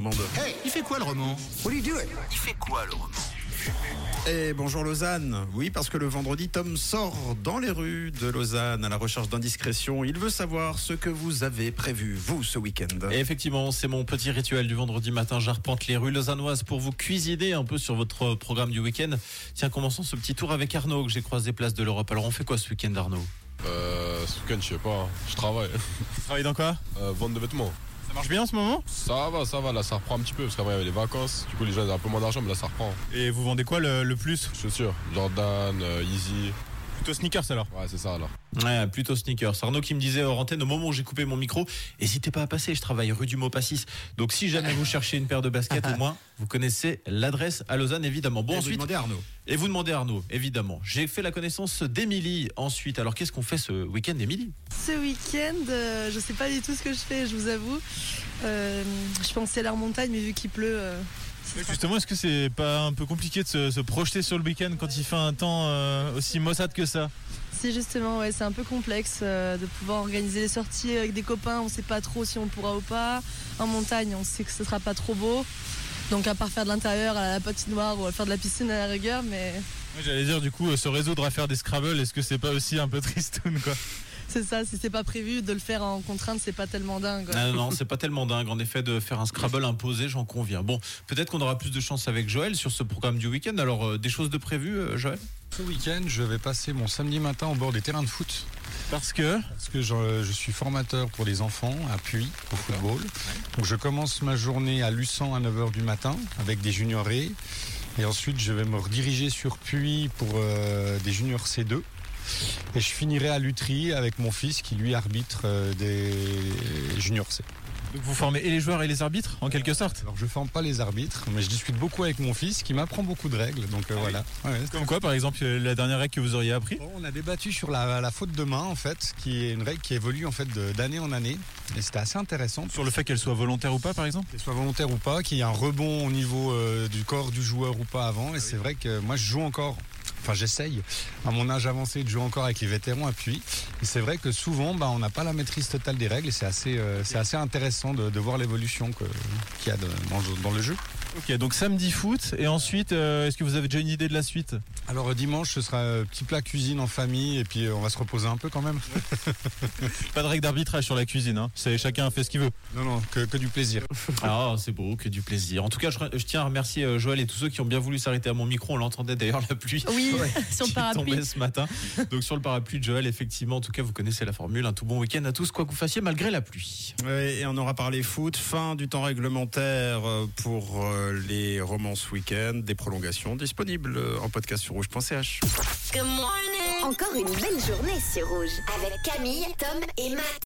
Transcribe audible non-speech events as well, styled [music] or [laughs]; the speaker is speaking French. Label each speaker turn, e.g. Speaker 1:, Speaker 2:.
Speaker 1: Bambou. Il fait quoi le roman Il fait quoi le roman et Eh, bonjour Lausanne. Oui, parce que le vendredi, Tom sort dans les rues de Lausanne à la recherche d'indiscrétion. Il veut savoir ce que vous avez prévu, vous, ce week-end.
Speaker 2: Et effectivement, c'est mon petit rituel du vendredi matin. J'arpente les rues lausannoises pour vous cuisiner un peu sur votre programme du week-end. Tiens, commençons ce petit tour avec Arnaud que j'ai croisé place de l'Europe. Alors, on fait quoi ce week-end, Arnaud
Speaker 3: Euh, ce week-end, je sais pas, hein. je travaille. [laughs]
Speaker 2: Tu travailles dans quoi
Speaker 3: Euh, vente de vêtements.
Speaker 2: Ça marche bien en ce moment
Speaker 3: Ça va, ça va, là ça reprend un petit peu parce qu'avant il y avait les vacances, du coup les gens avaient un peu moins d'argent, mais là ça reprend.
Speaker 2: Et vous vendez quoi le, plus
Speaker 3: Chaussures, Jordan, euh, Yeezy,
Speaker 2: Plutôt sneakers alors
Speaker 3: ouais, c'est ça alors.
Speaker 2: Ouais, plutôt sneakers. C'est Arnaud qui me disait hors antenne au moment où j'ai coupé mon micro, hésitez pas à passer, je travaille rue du Maupassy. Donc si jamais vous cherchez une paire de baskets, au moins vous connaissez l'adresse à Lausanne évidemment. Bon,
Speaker 1: Et vous
Speaker 2: ensuite,
Speaker 1: demandez à Arnaud.
Speaker 2: et vous demandez à Arnaud, évidemment. J'ai fait la connaissance d'Émilie ensuite. Alors qu'est-ce qu'on fait ce week-end, Émilie
Speaker 4: Ce week-end, euh, je sais pas du tout ce que je fais, je vous avoue. Euh, je pensais aller en montagne, mais vu qu'il pleut, euh, c'est ça.
Speaker 5: Justement, est-ce que c'est pas un peu compliqué de se, se projeter sur le week-end quand il fait un temps euh, aussi maussade que ça
Speaker 4: c'est justement, ouais, c'est un peu complexe euh, de pouvoir organiser les sorties avec des copains. On sait pas trop si on pourra ou pas. En montagne, on sait que ce sera pas trop beau. Donc à part faire de l'intérieur à la patinoire ou à faire de la piscine à la rigueur, mais
Speaker 5: Moi, J'allais dire du coup, euh, se résoudre à faire des Scrabble, est-ce que c'est pas aussi un peu tristoun quoi
Speaker 4: c'est ça. Si c'est pas prévu de le faire en contrainte, c'est pas tellement dingue. ouais.
Speaker 2: Ah Non, non, c'est pas tellement dingue en effet de faire un Scrabble imposé, j'en conviens. Bon, peut-être qu'on aura plus de chance avec Joël sur ce programme du week-end. Alors, euh, des choses de prévues, euh, Joël
Speaker 6: Ce week-end, je vais passer mon samedi matin au bord des terrains de foot
Speaker 5: Parce que
Speaker 6: parce que je, je suis formateur pour les enfants à Puy au football. Donc je commence ma journée à Luçon à 9h du matin avec des juniors et et ensuite je vais me rediriger sur Puy pour euh, des juniors C2. Et je finirai à Lutry avec mon fils qui lui arbitre euh, des juniors C.
Speaker 5: donc vous formez et les joueurs et les arbitres en quelque sorte
Speaker 6: Alors je forme pas les arbitres, mais je discute beaucoup avec mon fils qui m'apprend beaucoup de règles.
Speaker 5: Ah
Speaker 6: Donc euh, voilà. Ouais, c'est-
Speaker 5: Comme quoi, par exemple, euh, la dernière règle que vous auriez appris
Speaker 6: Bon, on a débattu sur la, la faute de main en fait, qui est une règle qui évolue en fait de- d'année en année, et c'était assez intéressant.
Speaker 5: Sur le fait qu'elle soit volontaire ou pas, par exemple
Speaker 6: Qu'elle soit volontaire ou pas, qu'il y ait un rebond au niveau euh, du corps du joueur ou pas avant, et c'est vrai que moi je joue encore. Enfin, j'essaye à mon âge avancé de jouer encore avec les vétérans à Puy. Et c'est vrai que souvent, bah, on n'a pas la maîtrise totale des règles. Et c'est assez, euh, c'est assez intéressant de, de voir l'évolution que- qu'il y a de- dans le- dans le jeu.
Speaker 5: Ok, donc samedi foot, et ensuite, euh, est-ce que vous avez déjà une idée de la suite
Speaker 6: Alors euh, dimanche, ce sera euh, petit plat cuisine en famille. Et puis euh, on va se reposer un peu quand même.
Speaker 5: Pas de règle d'arbitrage sur la cuisine, hein. c'est chacun fait ce qu'il veut.
Speaker 6: Non, non, que- que du plaisir.
Speaker 2: Ah, c'est beau, que du plaisir. En tout cas, je, je tiens à remercier euh, Joël et tous ceux qui ont bien voulu s'arrêter à mon micro. On l'entendait d'ailleurs la pluie. [laughs]
Speaker 4: Oui, [laughs] sur le
Speaker 2: qui
Speaker 4: parapluie.
Speaker 2: tombait ce matin. Donc sur le parapluie de Joël, effectivement, en tout cas, vous connaissez la formule. Un tout bon week-end à tous, quoi que vous fassiez, malgré la pluie.
Speaker 1: Ouais, et on aura parlé foot, fin du temps réglementaire euh, pour euh, les romances week-end, des prolongations disponibles euh, en podcast sur rouge.ch.
Speaker 7: Encore une belle journée sur Rouge avec Camille, Tom et Matt.